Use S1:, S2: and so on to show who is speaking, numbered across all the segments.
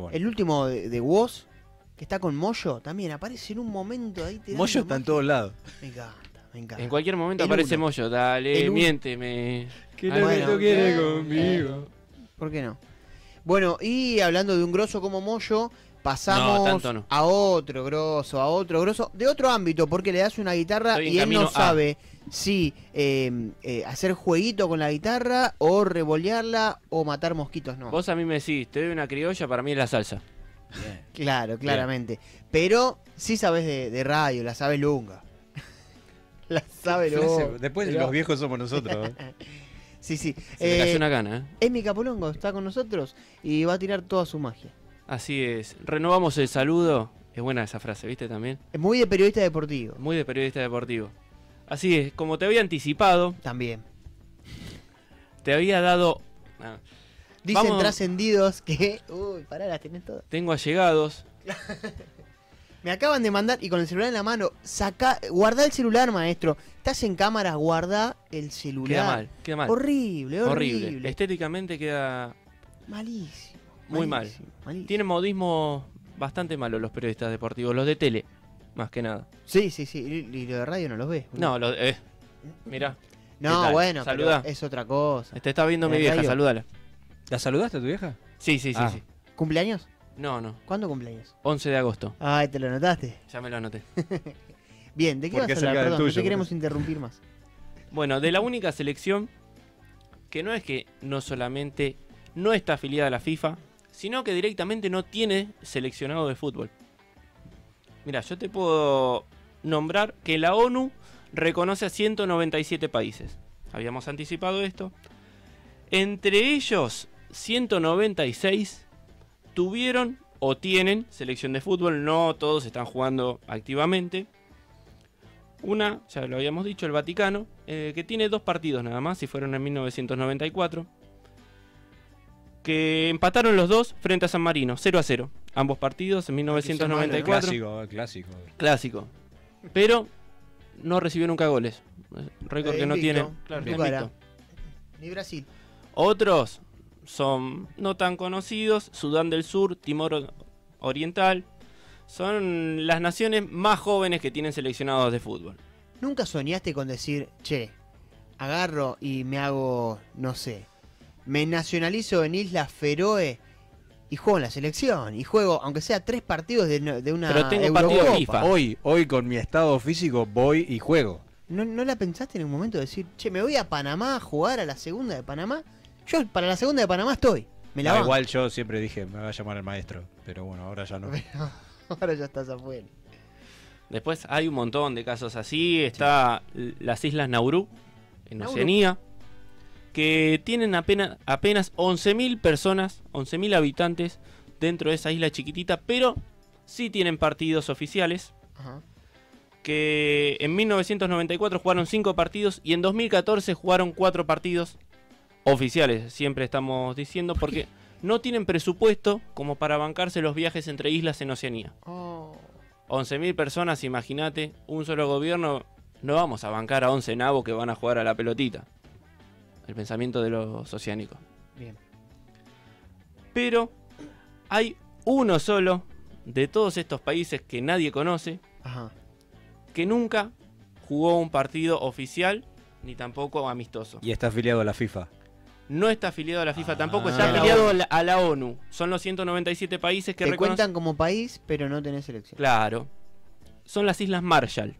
S1: bueno.
S2: El último de, de Woz, que está con Moyo, también aparece en un momento ahí. tirando
S1: Moyo está en
S2: magia.
S1: todos lados.
S2: Me encanta, me encanta.
S3: En cualquier momento
S2: El
S3: aparece
S2: uno.
S3: Moyo, dale,
S2: El uno.
S3: miénteme.
S1: ¿Qué
S3: es lo que Ah, Bueno. Eh, tú
S2: quieres
S1: conmigo?
S2: eh, ¿Por qué no? Bueno, y hablando de un grosso como Moyo,
S3: No,
S2: pasamos
S3: tanto no.
S2: a otro grosso, a otro grosso, de otro ámbito, porque le das una guitarra
S3: Estoy en
S2: y él no
S3: camino a-
S2: sabe si eh, eh, hacer jueguito con la guitarra o revolearla o matar mosquitos, no.
S3: Vos a mí me decís, te doy una criolla, para mí es la salsa.
S2: Claro, claramente. Pero sí sabes de, de radio, la sabe Lunga. la sabe Lunga.
S1: Después los viejos somos nosotros. ¿eh?
S2: Sí, sí.
S3: Se me
S2: Eh,
S3: cayó una gana, ¿eh?
S2: Emi Capolongo está con nosotros y va a tirar toda su magia.
S3: Así es. Renovamos el saludo. Es buena esa frase, ¿viste también?
S2: Es muy de periodista deportivo.
S3: Muy de periodista deportivo. Así es, como te había anticipado,
S2: También.
S3: te había dado. ah,
S2: Dicen
S3: Vamos.
S2: trascendidos que. Uy, pará, las tenés todas.
S3: tengo allegados.
S2: Me acaban de mandar y con el celular en la mano, saca, guardá el celular, maestro. Estás en cámaras, guardá el celular.
S3: Queda mal, queda mal.
S2: Horrible, horrible.
S3: Estéticamente queda.
S2: Malísimo.
S3: Muy mal.
S2: malísimo, malísimo.
S3: Tienen modismo bastante malo los periodistas deportivos, los de tele, más que nada.
S2: Sí, sí, sí. Y, y lo de radio no los ves. boludo.
S3: No, los de. eh, mirá, ¿qué
S2: No,
S3: tal?
S2: bueno, pero
S3: Saludá.
S2: es otra cosa.
S3: te está viendo
S2: ¿En
S3: mi
S2: el
S3: vieja,
S2: radio?
S3: salúdala.
S1: ¿La saludaste a tu vieja?
S3: Sí, sí, sí,
S1: Ah.
S3: sí.
S2: ¿Cumpleaños?
S3: No, no.
S2: ¿Cuándo cumpleaños?
S3: 11 de agosto.
S2: Ay, te lo notaste.
S3: Ya me lo anoté.
S2: Bien, ¿de qué vas a
S1: Porque es cerca
S2: hablar?
S1: del
S2: Perdón, no
S1: tuyo,
S2: te queremos interrumpir más.
S3: Bueno, de la única selección que no es que no solamente no está afiliada a la FIFA, sino que directamente no tiene seleccionado de fútbol. Mira, yo te puedo nombrar que la ONU reconoce a 197 países. Habíamos anticipado esto. Entre ellos, 196 tuvieron o tienen selección de fútbol. No todos están jugando activamente. Una, ya lo habíamos dicho, el Vaticano, eh, que tiene dos partidos nada más, si fueron en 1994. Que empataron los dos frente a San Marino, 0 a 0. Ambos partidos en
S1: El
S3: 1994.
S1: clásico, el clásico.
S3: Clásico. Pero no recibió nunca goles. Récord
S2: Eh,
S3: que no
S2: invicto.
S3: tiene. Claro,
S2: Invicto.
S3: invicto.
S2: Ni Brasil.
S3: Otros son no tan conocidos. Sudán del Sur, Timor O- Oriental. Son las naciones más jóvenes que tienen seleccionados de fútbol.
S2: ¿Nunca soñaste con decir, che, agarro y me hago, no sé, me nacionalizo en Islas Feroe y juego en la selección? Y juego, aunque sea tres partidos de, no- de una
S3: Pero tengo partido
S2: Eurocopa.
S3: FIFA.
S1: Hoy, hoy con mi estado físico voy y juego.
S2: ¿No, ¿No la pensaste en un momento de decir, che, me voy a Panamá a jugar a la segunda de Panamá? Yo para la segunda de Panamá estoy. Me la
S1: Ah,
S2: banco.
S1: igual yo siempre dije, me va a llamar el maestro. Pero bueno, ahora ya
S2: Pero
S1: no.
S2: ahora ya estás afuera.
S3: Después hay un montón de casos así. Está l- las Islas Nauru, en
S2: Nauru.
S3: Oceanía, que tienen apenas, apenas 11.000 personas, 11.000 habitantes dentro de esa isla chiquitita, pero sí tienen partidos oficiales.
S2: Ajá.
S3: Que en 1994 jugaron 5 partidos y en 2014 jugaron 4 partidos oficiales, siempre estamos diciendo, porque no tienen presupuesto como para bancarse los viajes entre islas en Oceanía.
S2: Oh.
S3: 11.000 personas, imagínate, un solo gobierno, no vamos a bancar a 11 nabos que van a jugar a la pelotita. El pensamiento de los oceánicos.
S2: Bien.
S3: Pero hay uno solo de todos estos países que nadie conoce,
S2: Ajá.
S3: que nunca jugó un partido oficial ni tampoco amistoso.
S1: Y está afiliado a la FIFA.
S3: No está afiliado a la FIFA
S1: Ah.
S3: tampoco, está
S2: A la
S3: afiliado a la, a la ONU. Son los 197 países que
S2: Te
S3: reconocen...
S2: cuentan como país, pero no tenés selección.
S3: Claro. Son las Islas Marshall.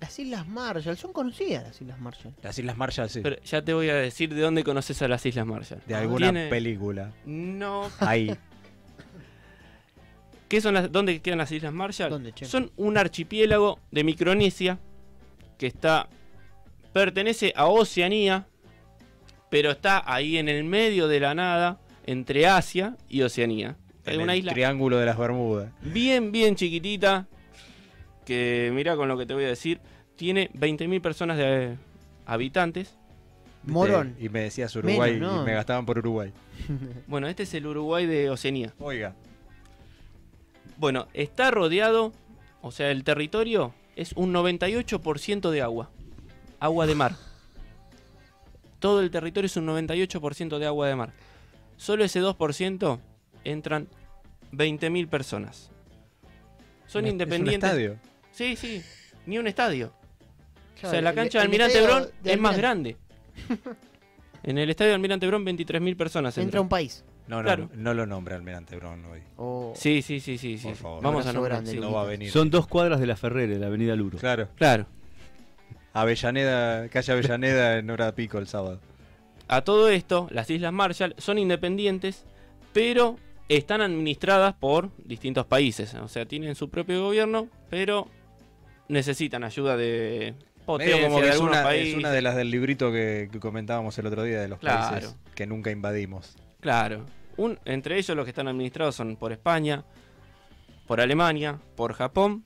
S2: Las Islas Marshall, son conocidas las Islas Marshall.
S1: Las Islas Marshall, sí.
S3: Pero ya te voy a decir de dónde conoces a las Islas Marshall.
S1: de alguna
S3: Tiene-
S1: película.
S3: No.
S1: Ahí.
S3: ¿Qué son las, ¿Dónde quedan las Islas Marshall?
S2: ¿Dónde, che?
S3: Son un archipiélago de Micronesia que está pertenece a Oceanía, pero está ahí en el medio de la nada entre Asia y Oceanía. Hay
S1: en
S3: una
S1: el
S3: isla
S1: Triángulo de las Bermudas.
S3: bien, bien chiquitita que mira con lo que te voy a decir tiene 20.000 personas de habitantes.
S2: Morón.
S1: Eh, y me decías Uruguay
S2: Menos, ¿no?
S1: y me gastaban por Uruguay.
S3: Bueno, este es el Uruguay de Oceanía.
S1: Oiga.
S3: Bueno, está rodeado, o sea, el territorio es un 98% de agua. Agua de mar. Todo el territorio es un 98% de agua de mar. Solo ese 2% entran 20.000 personas. Son
S1: Un- es un
S3: independientes.
S1: estadio.
S3: Sí, sí, ni un estadio. o sea,
S2: Claro,
S3: la
S2: el-
S3: cancha
S2: el
S3: de Almirante
S2: estadio
S3: Brón es
S2: de
S3: más
S2: Almirante.
S3: grande. en el estadio de Almirante Brón 23.000 personas.
S2: Entra
S3: entran.
S2: un país.
S1: No, no,
S3: Claro.
S1: no lo nombra Almirante Brown hoy.
S2: Oh.
S3: Sí, sí, sí, sí, sí.
S1: Por
S3: sí.
S1: favor.
S3: Vamos a
S2: Abrazo
S3: nombrar.
S2: grande,
S3: sí.
S1: No va a venir.
S4: Son dos cuadras de la Ferrere, la avenida Luro.
S1: Claro.
S3: Claro.
S1: Avellaneda, calle Avellaneda en hora pico el sábado.
S3: A todo esto, las Islas Marshall son independientes, pero están administradas por distintos países. O sea, tienen su propio gobierno, pero necesitan ayuda de poteo
S1: Medio
S3: como
S1: que
S3: Oh, que de
S1: es,
S3: algunos
S1: una,
S3: países.
S1: es una de las del librito que, que comentábamos el otro día de los
S3: Claro.
S1: países que nunca invadimos.
S3: Claro. Un- entre ellos los que están administrados son por España, por Alemania, por Japón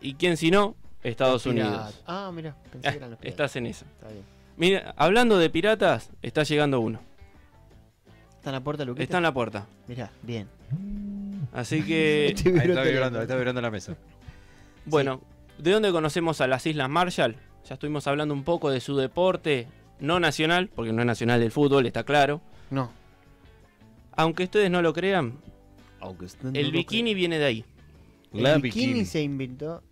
S3: y quién si no, Estados Unidos.
S2: Ah, mira, pensé que eran los piratas.
S3: Estás en eso.
S2: Está bien.
S3: Mira, hablando de piratas, está llegando uno.
S2: ¿Está en la puerta, Luquita?
S3: Está en la puerta.
S2: Mirá, bien.
S3: Así que
S2: Este
S1: Ahí está
S2: vibrante-
S1: vibrando, ahí está vibrando la mesa.
S3: Bueno, ¿de dónde conocemos a las Islas Marshall? Ya estuvimos hablando un poco de su deporte, no nacional, porque no es nacional del fútbol, está claro.
S2: No.
S3: Aunque ustedes no lo crean,
S4: Aunque
S3: el bikini viene de ahí,
S2: El
S1: La
S2: bikini,
S1: bikini.
S2: se inventó.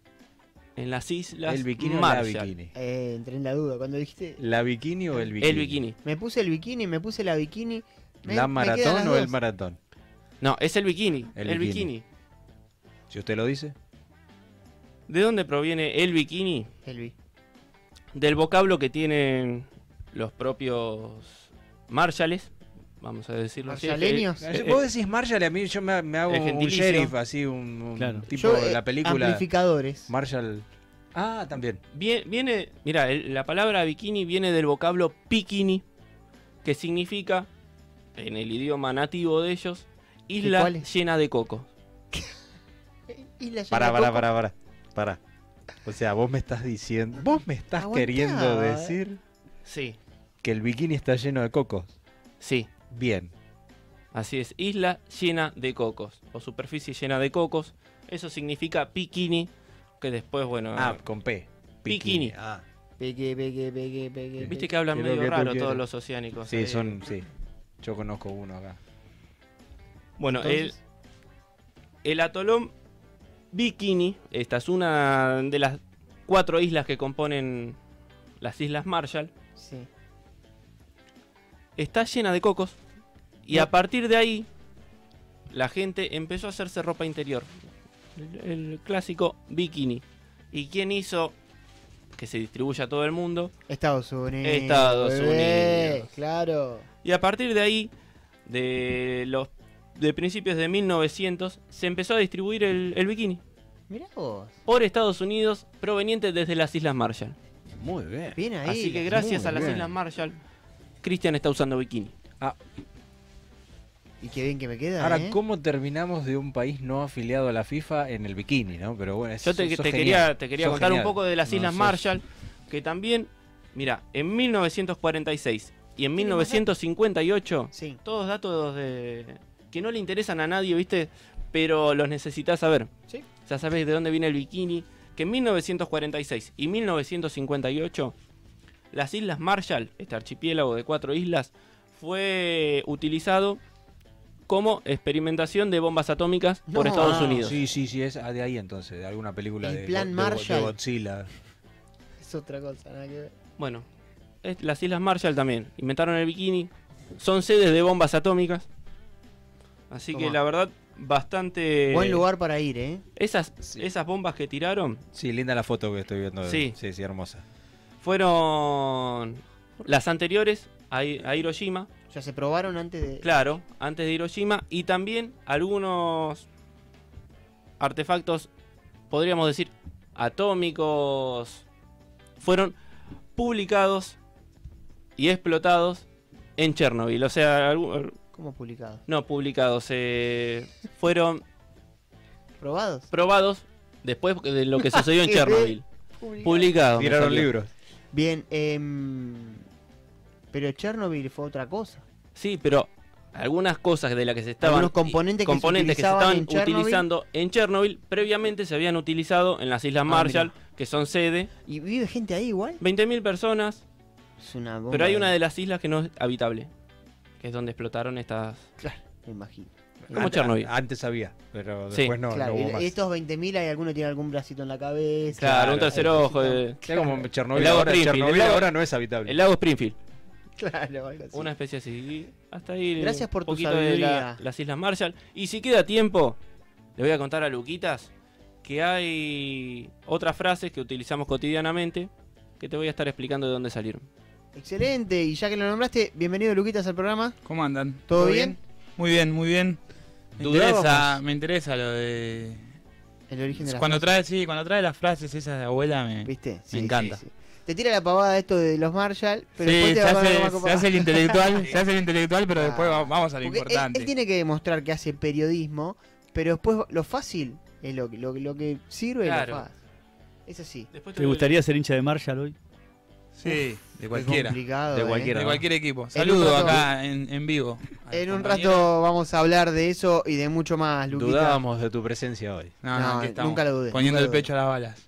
S3: en las Islas
S1: ¿El bikini o la
S3: Marshall.
S1: bikini?
S2: Eh, entré en la duda. Cuando dijiste.
S1: ¿La bikini o el bikini?
S3: El bikini.
S2: Me puse el bikini, me puse la bikini. me-
S1: ¿La
S2: me quedan las
S1: maratón o el
S2: dos.
S1: maratón?
S3: No, es el bikini. El,
S1: El
S3: bikini.
S1: bikini. Si usted lo dice.
S3: ¿De dónde proviene el bikini?
S2: El bi-
S3: Del vocablo que tienen los propios Marshalles, vamos a decirlo así.
S2: Marshallenios.
S3: Eh, eh,
S1: Vos decís Marshall, a mí yo me, me hago
S3: el
S1: un
S3: gentilicio.
S1: sheriff, así un, un
S4: Claro.
S1: tipo
S2: Yo,
S1: de
S2: eh,
S1: la película
S2: Amplificadores.
S1: Marshall. Ah, también.
S3: Vie- Viene, mira, la palabra bikini viene del vocablo pikini, que significa, en el idioma nativo de ellos, isla
S2: cuál es?
S3: llena de coco.
S2: Y la
S1: Pará,
S2: llama
S1: pará,
S2: Coco.
S1: pará, pará. Pará. O sea, vos me estás diciendo, vos me estás
S2: Aguantá,
S1: queriendo
S2: eh.
S1: decir
S3: Sí,
S1: que el bikini está lleno de cocos.
S3: sí,
S1: Bien.
S3: así es, isla llena de cocos, o superficie llena de cocos. Eso significa bikini, que después, bueno,
S1: Ah, con P.
S3: Bikini.
S1: Ah,
S2: Peque, peque, pegue, pegue,
S3: viste
S2: pegue.
S3: que hablan
S1: creo
S3: medio
S1: que tú
S3: raro
S1: quieres.
S3: todos los oceánicos.
S1: sí,
S3: ahí.
S1: son, sí. Yo conozco uno acá.
S3: Bueno, el,
S2: Entonces,
S3: El atolón Bikini, esta es una de las cuatro islas que componen las Islas Marshall,
S2: sí.
S3: está llena de cocos y
S2: No.
S3: a partir de ahí la gente empezó a hacerse ropa interior, el, el clásico bikini. ¿Y quién hizo que se distribuya a todo el mundo?
S2: Estados Unidos.
S3: Estados
S2: bebé,
S3: Unidos.
S2: Claro.
S3: Y a partir de ahí, de los de principios de 1900, se empezó a distribuir el- el bikini
S2: Mirá vos.
S3: por Estados Unidos proveniente desde las Islas Marshall.
S4: Muy bien.
S2: Bien ahí.
S3: Así que gracias
S4: Muy
S3: a las
S4: bien.
S3: Islas Marshall, Cristian está usando bikini.
S2: Y qué bien que me queda.
S1: Ahora,
S2: ¿eh?
S1: ¿cómo terminamos de un país no afiliado a la FIFA en el bikini, no? Pero bueno, es-
S3: Yo te,
S1: sos genial.
S3: te quería, te quería
S1: Sos
S3: contar un
S1: genial.
S3: poco de las
S1: No,
S3: Islas
S1: sos-
S3: Marshall, que también, mira, en 1946 y en 1958,
S2: Sí.
S3: todos datos de, que no le interesan a nadie, ¿viste? Pero los necesitas saber.
S2: Sí.
S3: Ya sabes de dónde viene el bikini. Que en 1946 y 1958, las Islas Marshall, este archipiélago de cuatro islas, fue utilizado como experimentación de bombas atómicas por
S2: No.
S3: Estados
S1: Ah,
S3: Unidos.
S1: Sí, sí, sí, es de ahí entonces, de alguna película
S2: El
S1: de,
S2: plan
S1: de- de-
S2: Marshall.
S1: de Godzilla.
S2: Es otra cosa, nada que ver.
S3: Bueno, es- las Islas Marshall también inventaron el bikini. Son sedes de bombas atómicas. Así que
S2: Tomá.
S3: la verdad, bastante...
S2: Buen lugar para ir, ¿eh?
S3: Esas,
S1: Sí.
S3: esas bombas que tiraron
S1: Sí, linda la foto que estoy viendo. de-
S3: Sí.
S1: sí, sí, hermosa.
S3: fueron las anteriores a, Hi- a Hiroshima,
S2: Ya se probaron antes de.
S3: claro, antes de Hiroshima, y también algunos artefactos, podríamos decir, atómicos, fueron publicados y explotados en Chernobyl. O sea, algu-
S2: ¿Cómo publicado?
S3: no publicados, eh, fueron
S2: ¿Probados?
S3: probados después de lo que sucedió en
S2: ¿Qué?
S3: Chernobyl. Publicados. me
S1: Tiraron
S3: salió.
S1: libros.
S2: Bien, em, pero Chernobyl fue otra cosa.
S3: Sí, pero algunas cosas de las que se estaban
S2: Algunos componentes que se
S3: componentes que se
S2: utilizaban
S3: estaban
S2: en Chernobyl.
S3: utilizando en Chernobyl previamente se habían utilizado en las Islas
S2: Ah,
S3: Marshall, que son sede,
S2: ¿Y vive gente ahí igual?
S3: 20.000 personas,
S2: Es una bomba.
S3: pero hay una de las islas que no es habitable, que es donde explotaron estas
S2: Claro, Ah, me imagino.
S3: Como
S1: Ant-
S3: Chernobyl.
S1: Antes había, pero
S3: Sí.
S1: después no,
S2: claro,
S1: no
S2: y
S1: hubo más.
S2: estos 20.000 hay alguno que tiene algún bracito en la cabeza.
S3: Claro, un tercer
S2: tercero
S3: ojo. eh,
S1: Era como Chernobyl,
S3: El lago
S1: ahora,
S3: Springfield,
S1: Chernobyl
S3: el lago-
S1: ahora no es habitable.
S3: El lago Springfield.
S2: Claro, algo así.
S3: Una especie así. Y Hasta ahí.
S2: Gracias
S3: un
S2: por tu
S3: poquito de la-
S2: sabiduría.
S3: las Islas Marshall. Y si queda tiempo, le voy a contar a Luquitas que hay otras frases que utilizamos cotidianamente que te voy a estar explicando de dónde salieron.
S2: Excelente, y ya que lo nombraste, bienvenido Luquitas al programa.
S5: ¿Cómo andan?
S2: ¿Todo bien?
S5: Muy bien, muy bien. Me
S2: Dudábamos.
S5: interesa, me interesa lo de...
S2: El origen de las
S5: Cuando
S2: frases.
S5: trae, sí, cuando trae las frases esas de abuela me...
S2: ¿Viste?
S5: encanta.
S2: Te tira la pavada esto de los Marshall, pero
S5: sí,
S2: después
S5: se
S2: te va a poner
S5: hace,
S2: como
S5: se
S2: copa.
S5: hace el intelectual, se hace el intelectual, pero
S2: Ah.
S5: después va- vamos a lo
S2: Porque él-
S5: importante.
S2: Él, tiene que demostrar que hace periodismo, pero después lo fácil es lo, que- lo, que- lo que sirve y
S3: Claro.
S2: lo fácil. Es así.
S3: Después
S4: ¿Te gustaría ser hincha de Marshall hoy?
S5: Sí, de cualquiera. De
S2: complicado,
S1: De
S2: ¿eh?
S1: cualquiera.
S5: cualquier equipo. Saludo
S2: rato-
S5: acá en, en vivo. a los
S2: En un
S5: compañeros.
S2: rato vamos a hablar de eso y de mucho más, Luquita.
S1: Dudábamos de tu presencia hoy.
S5: No, no,
S2: No,
S5: aquí estamos,
S2: nunca lo dudé,
S5: Poniendo
S2: nunca
S5: el
S2: lo dudé.
S5: pecho a las balas.